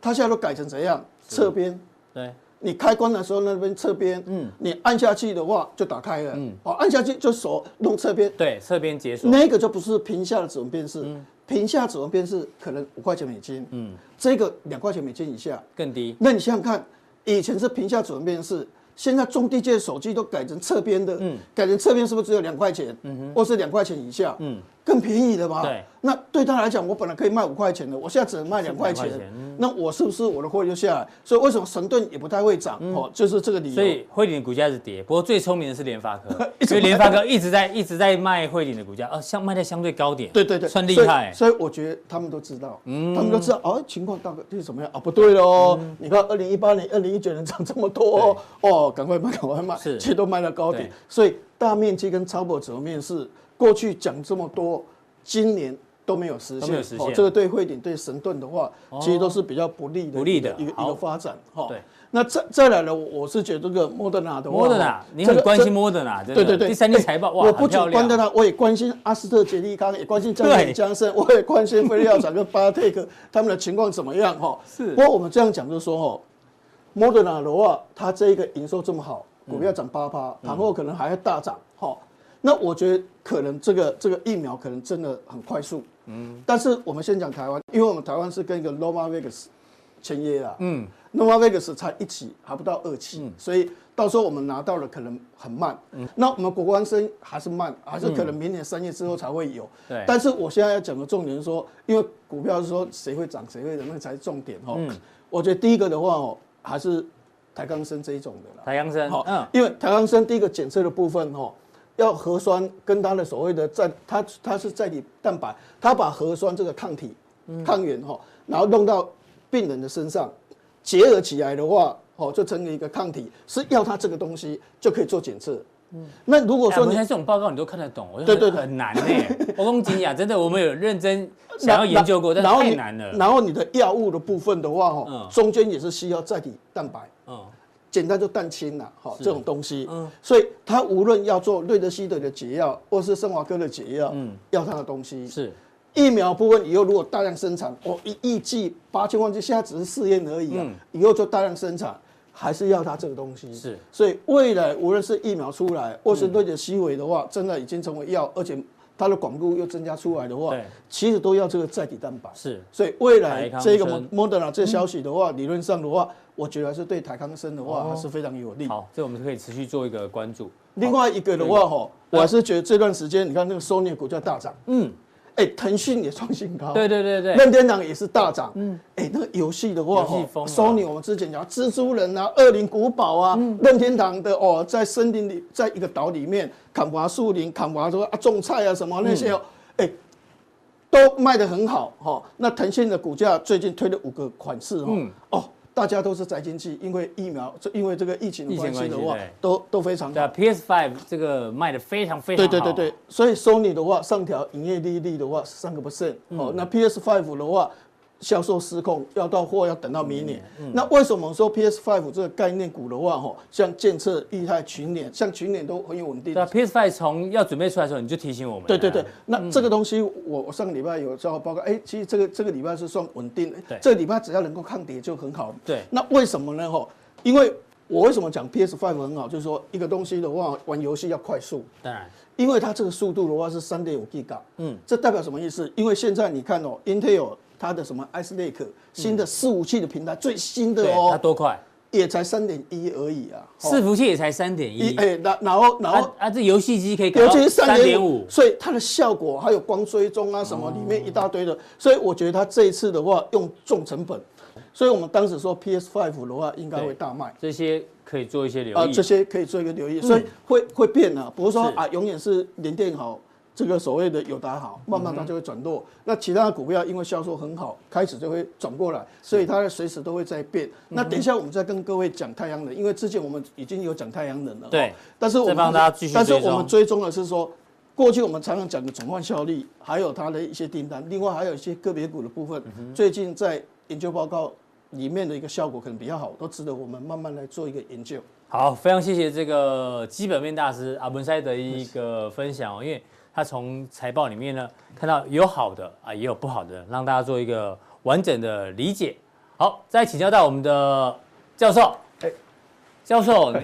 它现在都改成怎样？侧边。
对，
你开关的时候那边侧边，嗯，你按下去的话就打开了，嗯，哦，按下去就手弄侧边，
对，嗯侧边解锁，
那个就不是屏下的指纹辨识，屏下指纹辨识可能五块钱美金，嗯，这个两块钱美金以下，
更低，
那你想想看，以前是屏下指纹辨识，现在中低阶手机都改成侧边的，
嗯
改成侧边是不是只有两块钱，或是两块钱以下，更便宜的
嗯
嘛？
对
那对他来讲，我本来可以卖五块钱的，我现在只能卖两块
两
钱
块钱，嗯
那我是不是我的获利就下来？所以为什么神盾也不太会涨？哦，就是这个理由。
嗯所以汇顶的股价是跌，不过最聪明的是联发科
，一直
所以
卖
联发科一直在一直在卖汇顶的股价，呃，相卖在相对高点，
对对对，
算厉
所以
害，嗯
所以我觉得他们都知道，他们都知道哦，情况大概就是怎么样啊？不对喽，你看二零一八年、二零一九年涨这么多哦，哦，赶快卖，赶快卖，
是
其实都卖到高点
对。
所以大面积跟超薄折面是过去讲这么多，今年。都没有实
都
现，哦
没有实现哦
这个对汇顶、对神盾的话，其实都是比较不利的
不利的
一个一
好
个发展哈。
对，
那再再来呢，我我是觉得这个莫德纳的话
摩登啊，你
这
很
个
关
这
心摩登啊，真的
对对对，
第三季财报
哎
哇，
我不
很
仅
漂
关注
亮，
它，我也关心阿斯特杰利康，也关心江
对
南江盛，我也关心飞利药厂跟巴特 克他们的情况怎么样哈。
是
不过我们这样讲就是说哦，Moderna 的话，它这一个营收这么好，
嗯
股票涨八趴，盘后可能还要大涨哈。那我觉得可能这个这个疫苗可能真的很快速，嗯。但是我们先讲台湾，因为我们台湾是跟一个 Loma Vegas 签约啦，嗯，Nova 嗯 Vegas 才一期，还不到二期，所以到时候我们拿到了可能很慢，那我们国光生还是慢，还是可能明年三月之后才会有。
对
但是我现在要讲的重点是说，因为股票是说谁会涨谁会涨，那才是重点哦。我觉得第一个的话哦，还是台钢生这一种的啦。
台阳生，
好，
嗯，
因为台湾生第一个检测的部分哈、要核酸跟它的所谓的在它它是在体蛋白，它把核酸这个抗体、抗原哈、然后弄到病人的身上，结合起来的话，哦，就成为一个抗体，是要它这个东西就可以做检测。那如果
哎我
说
说
你
你看这种报告你都看得懂，我
对对对
很 难呢。我跟你讲，真的我们有认真想要研究过，但
然后
是太
你
难了，
然后你的药物的部分的话，哈、
嗯
中间也是需要载体蛋白。
嗯，
简单就蛋清啦，哈，这种东西，
嗯
所以他无论要做瑞德西德的解药，或是生华科的解药，
嗯
要他的东西。
是
疫苗部分以后如果大量生产，我一亿剂八千万剂，现在只是试验而已啊，
嗯
以后就大量生产，还是要它这个东西。
是，嗯
所以未来无论是疫苗出来，或是对着西维的话，真的已经成为药，而且它的广度又增加出来的话
对，
其实都要这个载体蛋白。
是，
所以未
台
来
康
这个
生嗯
Moderna 这消息的话，理论上的话，我觉得还是对台康生的话还是非常有利。
哦好，这我们可以持续做一个关注。
另外一个的话，哈，我还是觉得这段时间你看那个 Sony 的股价大涨，嗯，哎，腾讯也创新高，
对对对对，
任天堂也是大涨，嗯，哎，那个游戏的话，
游戏啊
哈
疯了
，Sony 我们之前讲蜘蛛人啊、恶灵古堡啊、
嗯
任天堂的哦，在森林里，在一个岛里面砍伐树林、砍伐什么啊种菜啊什么那些
嗯
哦，哎，都卖得很好哈。那腾讯的股价最近推了五个款式
嗯
哦，哦，大家都是宅经济，因为疫苗，这因为这个疫情的
疫情
关系的
关系
话
对，
都都非常
对
好
啊。，PS Five 这个卖的非常非常
对
好。
对对对，所以 Sony 的话上调营业利率的话是三个 percent，哦，
嗯
那 PS Five 的话销售失控，要到货要等到明年。
嗯
那为什么说 PS Five 这个概念股的话，哈，像建设、裕泰、群联，像群联都很有稳定
对啊，PS 啊 Five 从要准备出来的时候你就提醒我们了。
对对对，那
嗯
这个东西我我上个礼拜有做报告，哎，其实这个这个礼拜是算稳定的
对，
这个礼拜只要能够抗跌就很好。
对
那为什么呢？哈，因为我为什么讲 PS Five 很好，就是说一个东西的话，玩游戏要快速，
当然
因为它这个速度的话是三点五 G 港，嗯，这代表什么意思？因为现在你看哦，Intel 它的什么 Ice Lake 新的伺服器的平台，最新的
嗯对，它
哦，
多快？
也才三点一而已啊，哦
伺服器也才三点一
一，哎，然然后然
啊
后。
啊，这游戏机可以搞
尤其
到
是
三
三
点
点
五
五，，所以它的效果还有光追踪啊什么，里面一大堆
哦
的，所以我觉得它这一次的话用重成本，所以我们当时说 PS Five 的话应该会大卖。
这些可以做一些留
啊，
意。嗯
这些可以做一个留意，所以会会变啊，不是说
是
啊永远是联电好，这个所谓的友达
嗯
好，慢慢它就会转弱。那其他的股票因为销售很好，开始就会转过来，所以它随时都会在变。
嗯
那等一下我们再跟各位讲太阳能，因为之前我们已经有讲太阳能了，哦
对，
但是我们
再帮大家继续
但是
追踪
我们追踪的是说。过去我们常常讲的转换效率，
嗯
还有它的一些订单，另外还有一些个别股的部分，最近在研究报告里面的一个效果可能比较好，都值得我们慢慢来做一个研究。
好，非常谢谢这个基本面大师阿文塞的一个分享哦，因为他从财报里面呢看到有好的啊，也有不好的，让大家做一个完整的理解。好，再请教到我们的教授，哎，教授你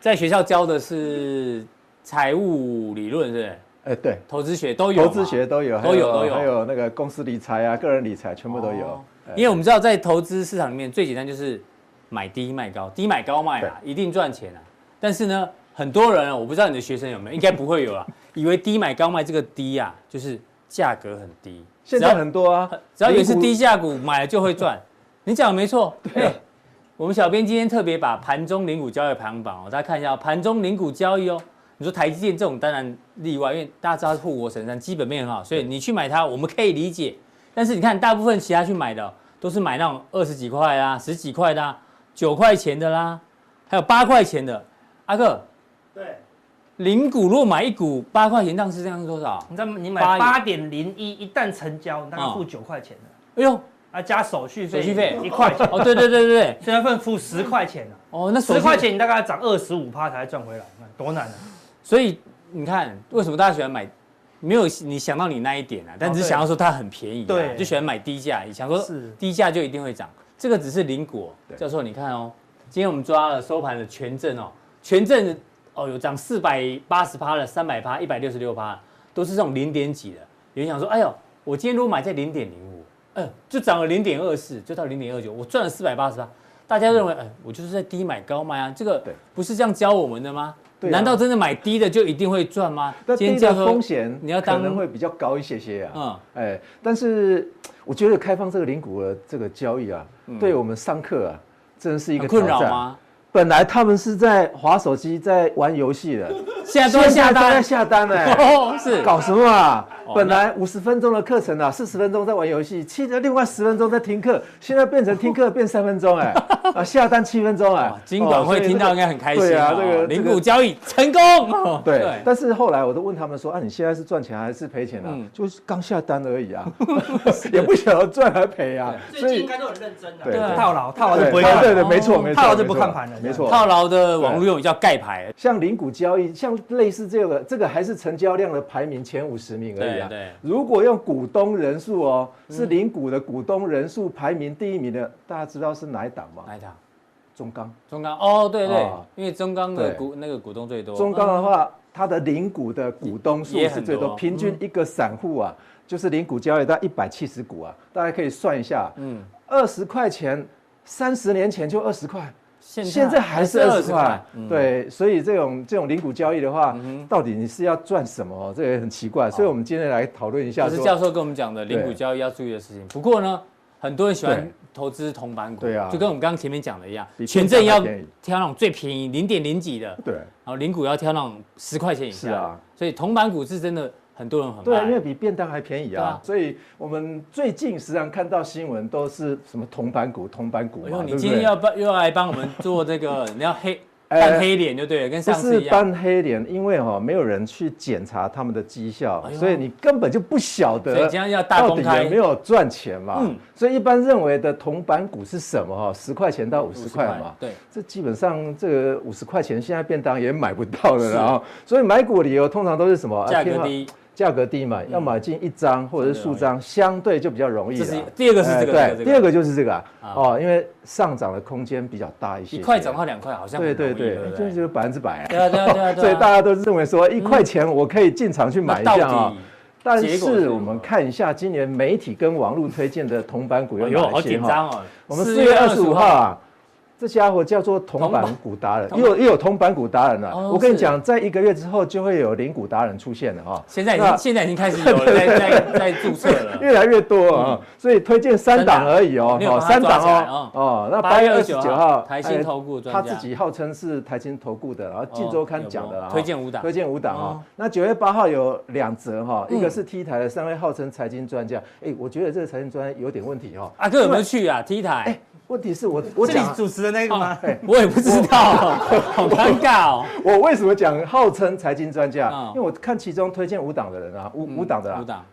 在学校教的是财务理论是不是？
哎，对，
投资学都有
投
嘛，
资学都有，还
都有都有
还有那个公司理财啊、个人理财，全部都有
哦。
哎
因为我们知道在投资市场里面最简单就是买低卖高，低买高卖啊，一定赚钱啊。但是呢，很多人啊我不知道你的学生有没有，应该不会有啦，以为低买高卖这个低啊，就是价格很低，
现在很多
呃
啊，
只要也是
零股
低价股买了就会
啊
赚。你讲的没错，对、我们小编今天特别把盘中零股交易排行榜哦，大家看一下、哦、盘中零股交易哦。你说台积电这种当然例外，因为大家知道它是护国神山，基本面很好，所以你去买它，我们可以理解。但是你看，大部分其他去买的哦都是买那种二十几块啦、十几块啦、九块钱的啦，还有八块钱的。阿克，
对，
零股若买一股八块钱，当时这样是多少？
你知道你买
八
八点零一，一旦成交，你大概付
哦
九块钱的，
哎呦，
啊加手续费，
手续费
一块 钱，
哦，对对对对对，
虽然份付十块钱啊，
哦，那手
十
续
块钱你大概要涨二十五趴才赚回来，多难啊！
所以你看，为什么大家喜欢买？没有你想到你那一点啊，但只是想要说它很便宜、啊，
哦对
就喜欢买低价，你想说
是
低价就一定会涨。这个只是零股哦，教授你看哦，今天我们抓了收盘的权证哦，权证哦有涨四百八十趴了，三百趴，一百六十六趴，都是这种零点几的。有人想说，哎呦，我今天如果买在零点零五，哎，就涨了零点二四，就到零点二九，我赚了四百八十趴。大家认为，哎，我就是在低买高卖啊，这个
对
不是这样教我们的吗？
对啊
难道真的买低的就一定会赚吗？
那
今
低
天教
的
授
风险
你要
可
当
能会比较高一些些啊。嗯，哎，但是我觉得开放这个零股的这个交易啊，
嗯
对我们上课啊，真的是一个
很困
挑
扰
战？
吗？
本来他们是在划手机、在玩游戏的，
现在都在下
现在都在
单，
下单哎、
哦，是
搞什么啊
哦？
本来五十分钟的课程啊，四十分钟在玩游戏，其实另外十分钟在听课，现在变成听课变三分钟 哎、啊下单七分钟哎、
哇金哦管会听到应该很开心
对啊
哦
这个
零
这个
股交易成功哦。
对，但是后来我都问他们说啊，你现在是赚钱还是赔钱啊？
嗯
就是刚下单 而已啊， 也不晓得赚还赔啊，所
最近应
以
该都很认真的。
对对
套牢，套牢就不会
对
看。哦
对对，没错没错，
套牢就不
没错
看盘了
没错。
套牢的网络用语叫盖牌，
像零股交易，像类似这个，这个还是成交量的排名前五十名而已
对
啊。
对嗯
如果用股东人数哦，是零股的股东人数排名第一名的，大家知道是哪一档吗？
哪一档？
中钢。
中钢哦，对对
哦，
因为中钢的
对
股那个股东最多，嗯
中钢的话，它的零股的股东数
也
是最
很多嗯
多，平均一个散户啊，就是零股交易到一百七十股啊，大家可以算一下，
嗯，
二十块钱，三十年前就二十块。
现
现在还是二十块，
嗯
对，所以这种这种零股交易的话，到底你是要赚什么？这也很奇怪，所以我们今天来讨论一下
这哦是教
说，
授跟我们讲的零股
对
交易要注意的事情。不过呢，很多人喜欢
对
投资铜板股，
对啊
就跟我们刚刚前面讲的一样，
比
权证要
平常还便宜
挑那种最便宜零点零几的，
对
然后零股要挑那种十块钱以下
是啊
的。所以铜板股是真的很多人很
对啊，
爱
因为比便当还便宜
哎对啊
啊，所以我们最近时常看到新闻都是什么铜板股、铜板股
哎呦，
嘛，
你
对不
今天
对？
要帮又要来帮我们做这个，你要黑
哎
扮黑脸就对了，跟
不
上次
是
一样。
扮黑脸，因为哈、哦、没有人去检查他们的绩效，
哎呦
所以你根本就不晓得
所以今天要大
到
公
底
开
有没有赚钱嘛。
嗯
所以一般认为的铜板股是什么哈、哦？十块钱到五十块嘛。
对，
这基本上这个五十块钱现在便当也买不到了啦、哦，所以买股理由通常都是什么？啊
价
偏
格
好
低，嗯
价格低嘛，要买进一张或者是数张，相对就比较容易
这
啦
是第二个是这个，
哎对，第二
个
个就是这个啊
啊
哦，因为上涨的空间比较大一些
一
些，
块涨到两块，好像
啊对
很容
对
易
对
对，不
就
对
是百分之百
对啊对啊对啊对啊
所以大家都认为说一块钱我可以进场去买
那
一
到
下啊
底。
但
结果是什
是
么
我们看一下今年媒体跟网络推荐的铜板股有
哎呦，
哪
好
一些
紧
哈？
张哦！
我们四月二十五号啊，这家伙叫做铜
铜
板
板
股达人，啊
铜
又有又有铜板股达人了。啊
哦
我跟你
是
讲，在一个月之后就会有零股达人出现了哈。
现在已
那
经现在已经开始有 人在在在注册 了。
越来越多啊，所以推荐三档而已哦
嗯三档你有，把它
三档
抓起来
哦
哦，
哦，那
8
八
月
月二十九
29
号，哎
台新投顾专
他
家
自己号称是台新投顾的，然后《
哦
晋周刊》讲的
有
啦
哦推荐五档
推荐五档哦
哦。嗯
那九月八号有两则哈，一个是 T 台的三位号称财经专家，哎，我觉得这个财经专家有点问题哦。
阿哥有没有去啊？T
哎
台，，
问题是我我
这里
讲啊
主持的那个吗？
哎
我也不知道，
哦
好尴尬哦。
我为什么讲号称财经专家
嗯？
因为我看其中推荐五档的人啊，五五档的
五
啊，
档，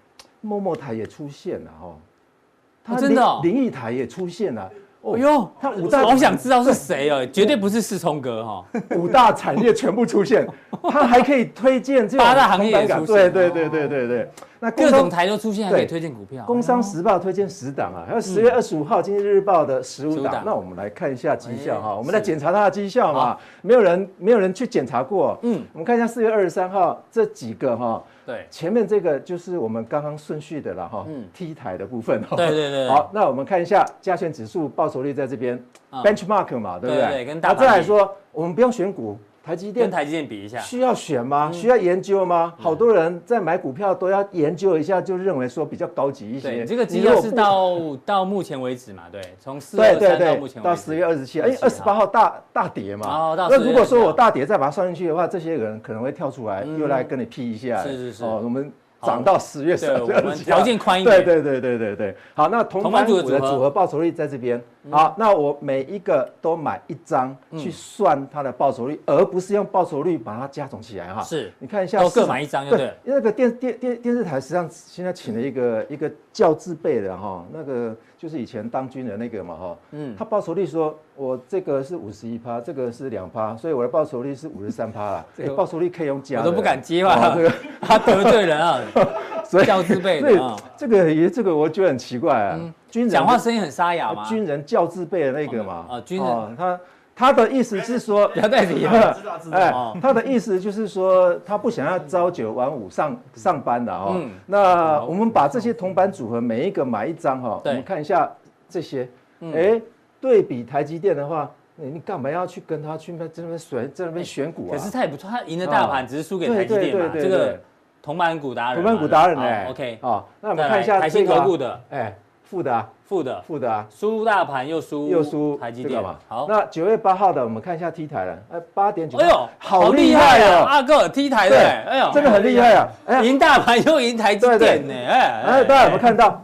默默台也出现了哈、哦，
真的哦
灵异台也出现了。哦
哎呦，
它五大
好想知道是谁哦，绝对不是世聪哥哈。
五大产业全部出现，它还可以推荐这种
八大行业也
同感
出
对
现
对对对对对。那
各
工
种
商
台啊都出现，还可以
对
推荐股票。
工商时报推荐十档啊，还有十月二十五号《经济日报》的十五
15档
档。那我们来看一下绩效
哎
哈，我们来
是
检查它的绩效嘛
好，
没有人没有人去检查过。
嗯
嗯，我们看一下四月二十三号这几个哈。
对，
前面这个就是我们刚刚顺序的了哈
嗯
，T 台的部分哈。
对对对
好，那我们看一下加权指数报酬率在这边
嗯
，benchmark 嘛，对不
对
对？
对跟大
那再
盘
来
比
说，我们不用选股，台积
跟
电
台积电比一下，嗯
需要选吗？需要研究吗？好多人在买股票都要研究一下，就认为说比较高级一些。
对，这个绩
你如
效
果
是
不
到到目前为止嘛，对，从四
对
月
对
三到目
对
前为止，
到十月二十七，
27
哎，二十八号大大跌
啊哦
嘛。
到
那
10
如果说
月
我大跌再把它算进去的话，这些人可能会跳出来
嗯
又来跟你 P 一下。
是是是
哦，我们涨到十月十
对，我
二
们条件宽一
对
点，
对对对对对，好，那同
同班
班
组
组
的
的
组合嗯
组合报酬率在这边。好，那我每一个都买一张去算它的报酬率，而不是用报酬率把它加总起来哈。
是
你看一下
都
市
各
场
买一张就对
对
了，
因为那个电电电电视台实际上现在请了一个一个教字辈的哈，那个就是以前当军的那个嘛哈，
嗯
嗯，他报酬率说我这个是五十一趴，这个是两趴，所以我的报酬率是五十三趴啦，
这个
哎报酬率可以用加
我
的，
都不敢接话
哦这个，
怕得罪人 啊，
所以
教字辈
所以
的啊，嗯
这个也这个我觉得很奇怪啊，军人
讲话声音很沙哑嘛，
啊军人教字辈的那个嘛，
啊哦军人哎
哦他他的意思是说
不要再 提了，
知道知道。
哎
哦，
他的意思就是说，他不想要朝九晚五上上班的哦。
嗯
那我们把这些铜板组合每一个买一张哈、哦，我
对
们看一下这些，
嗯
哎、对比台积电的话，你你干嘛要去跟他去那在那边选在那边选股啊？
可是他也不错，他赢了大盘，只是输给台积
哦对对
电嘛，
对
这
对
个
对
铜板股达人
铜
嘛，
板股达人
好
哎、
啊，OK，
哦，那我
再来
们看一下
台
这
新
个
投
啊、
顾的
哎，负的啊，
负的，
负的啊。
输大盘又输
又输
台积
这个
电
嘛，
好，
那九月八号的，我们看一下 T 台了，哎，八点九，
哎呦，
好厉害
啊！
哦，
阿哥踢台的，
对
哎呦，
这个很厉害啊，哎呀，
赢大盘又赢台积电呢，哎
哎，大家有没有看到？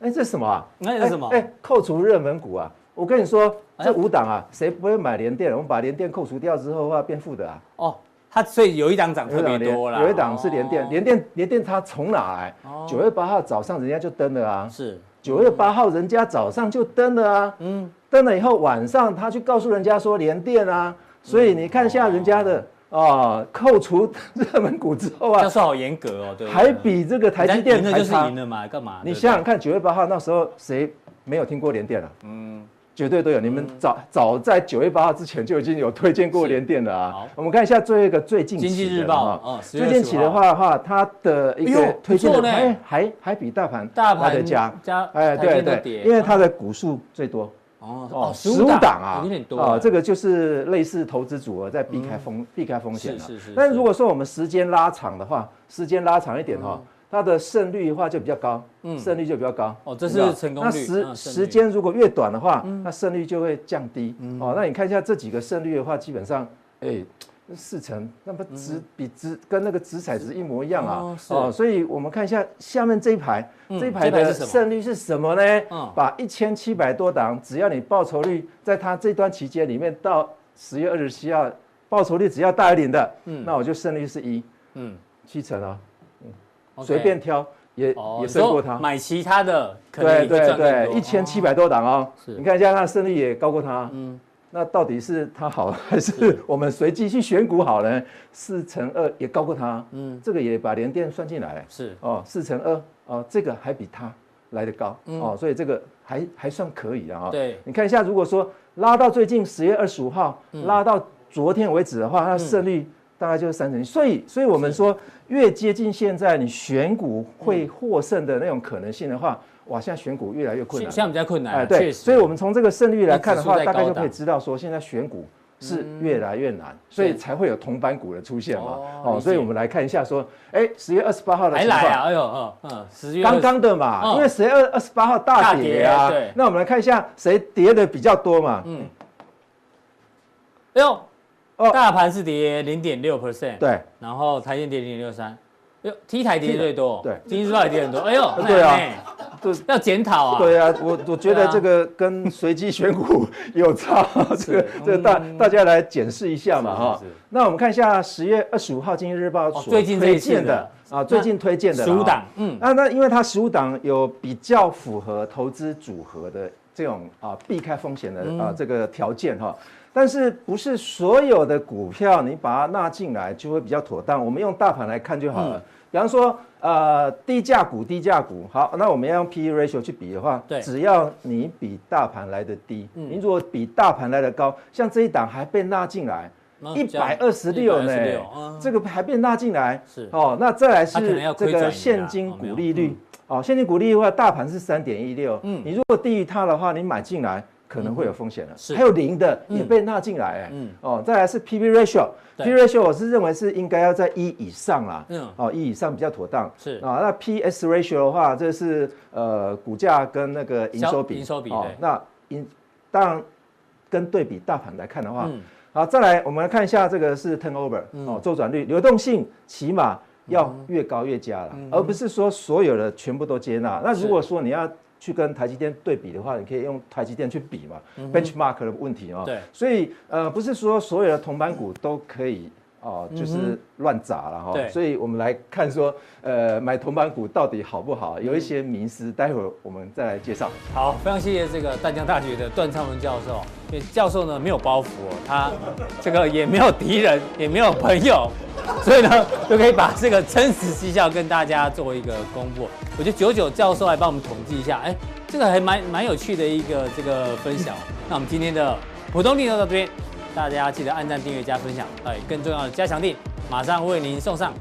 哎，这是什么啊？
那是什么
哎，哎扣除热门股啊！我跟你说，
哎
这五档啊，谁不会买联电？我们把联电扣除掉之后，话变负的啊。
哦，它所以有一档涨
有
特
一档
别
联，
多啦，
有一档是联
哦
电，联电联电它从哪来
哦？
九月八号早上人家就登了啊，
是，
九月八号人家早上就登了啊，
嗯，
登了以后晚上他去告诉人家说联电啊，所以你看一下人家的哦，扣除 热门股之后
教
啊，
授好严格哦，对不对，
还比这个台积电
人家赢
还
了就是
差
赢。了嘛，干嘛？
你
对不对
想想看，九月八号那时候谁没有听过联电啊？嗯，绝对都有。你们
嗯
早、早在九月八号之前就已经有推荐过联电了
好
啊。我们看一下最后一个最近期的
经济日报
哈
嗯10月
最近期的话话，它的一
哎
个
呦
推荐
不错
的
呢
还还还比大盘
大
来得
盘
佳。
加
哎，
台积
对
电都
对，
跌，
因为它的股数最多
哦
哦，
15
15
有点多
啊，
啊，
这个就是类似投资组合在避开风避开风险了。
是是是
但
是
如果说我们时间拉长的话，时间拉长一点
嗯
哈，它的胜率的话就比较高，胜率就比较高。
哦这是
你知道
成功率
那
嗯
时
胜率嗯
时间如果越短的话，那胜率就会降低。哦，那你看一下这几个胜率的话，基本上，哎。四成，那么值比值跟那个值彩值一模一样
嗯哦
啊，
是嗯
哦，所以我们看一下下面这一排，这一排
这一排
的
是什么
胜率是什么呢？
嗯
把一千七百多档，只要你报酬率在它这段期间里面到十月二十七号，报酬率只要大于零的，那我就胜率是一
嗯，
七成啊，
OK
随便挑也、
哦
也
你
胜过
说
它。
买其他的可能
对
也会
对
赚更
对，
多，
一千七百多档哦，
是
你看一下它的胜率也高过它。嗯，那到底是它好还是 我们随机去选股好呢？四乘二也高过它。嗯，这个也把联电算进来。
是
哦，四乘二哦，这个还比它来得高、哦，所以这个还还算可以的啊、
嗯
哦。
对
你看一下，如果说拉到最近十月二十五号、
嗯
拉到昨天为止的话，那胜率大概就是三成。所以，所以我们说，越接近现在你选股
嗯
会获胜的那种可能性的话，哇，现在选股越来越困
现
难。
在
哎
比较困难啊，确实
对，所以我们从这个胜率来看的
因
话，
为指数在
大概就
高档
可以知道说，现在选股是越来越难，所以才会有同板股的出现嘛。
哦
哦，所以我们来看一下说，哎，十月二十八号的
还
情
来
况。
啊，哎呦，嗯嗯，十月
刚刚的嘛，
嗯
因为十月二二十八号大跌
大
啊。
跌对嗯
那我们来看一下谁跌的比较多嘛。
哎呦，
哦
大盘是跌零点六 percent，，
对，
然后台积电跌零点六三，哎呦，T 台跌最多，
对
经济日报也跌很多，哎呦，
对啊
哎呀
对
要检讨啊，
对啊，我我
对
觉得
啊
这个跟随机选股有差，这个
是嗯
这个大大家来检视一下嘛哈
是是是。
那我们看一下十月二十五号《经济日报》
哦
所
最近这一
推
次的
荐的啊，最近推荐的啦
15档
哈
嗯
那那因为它十五档有比较符合投资组合的这种啊避开风险
嗯
的啊这个条件哈。但是不是所有的股票你把它纳进来就会比较妥当？我们用大盘来看就好
嗯
了。比方说，呃，低价股，低价股，好，那我们要用 P E ratio 去比的话，
对嗯
只要你比大盘来的低，你如果比大盘来的高，像这一档还被纳进来
嗯，
一百二十六呢
126嗯，
这个还被纳进来，
是
哦，那再来
它可能要
是
亏
这
转移
个
啦
现金股利
嗯
率，哦，现金股利率的话，大盘是三点一六，嗯，你如果低于它的话，你买进来可能会有风险了，
嗯是
还有零的也被纳进来，哎
嗯，
哦，再来是 P B ratio，P
对
B ratio 我是认为是应该要在一以上啦，
嗯
嗯，哦，一以上比较妥当，
是
啊，那 P S ratio 的话，这是呃股价跟那个营
销
收比，哦
营收比对
那营当然跟对比大盘来看的话，
嗯
好，再来我们来看一下这个是 turnover、哦，周转率、流动性，起码要越高越佳了，
嗯
而不是说所有的全部都接纳。那如果说你要去跟台积电对比的话，你可以用台积电去比嘛、b e n c h m a r k 的问题哦。
嗯对
所以呃，不是说所有的同板股都可以。哦，就是乱砸了
嗯
哈、
对
所以我们来看说，呃，买同板股到底好不好？有一些迷思，待会儿我们再来介绍。
好，非常谢谢这个淡江大学的段昌文教授。因为教授呢没有包袱哦，他这个也没有敌人，也没有朋友，所以呢就可以把这个真实绩效跟大家做一个公布。我觉得九九教授来帮我们统计一下，哎，这个还蛮蛮有趣的一个这个分享哦。那我们今天的普通力就到这边，大家记得按赞、订阅、加分享，哎，更重要的加强力，马上为您送上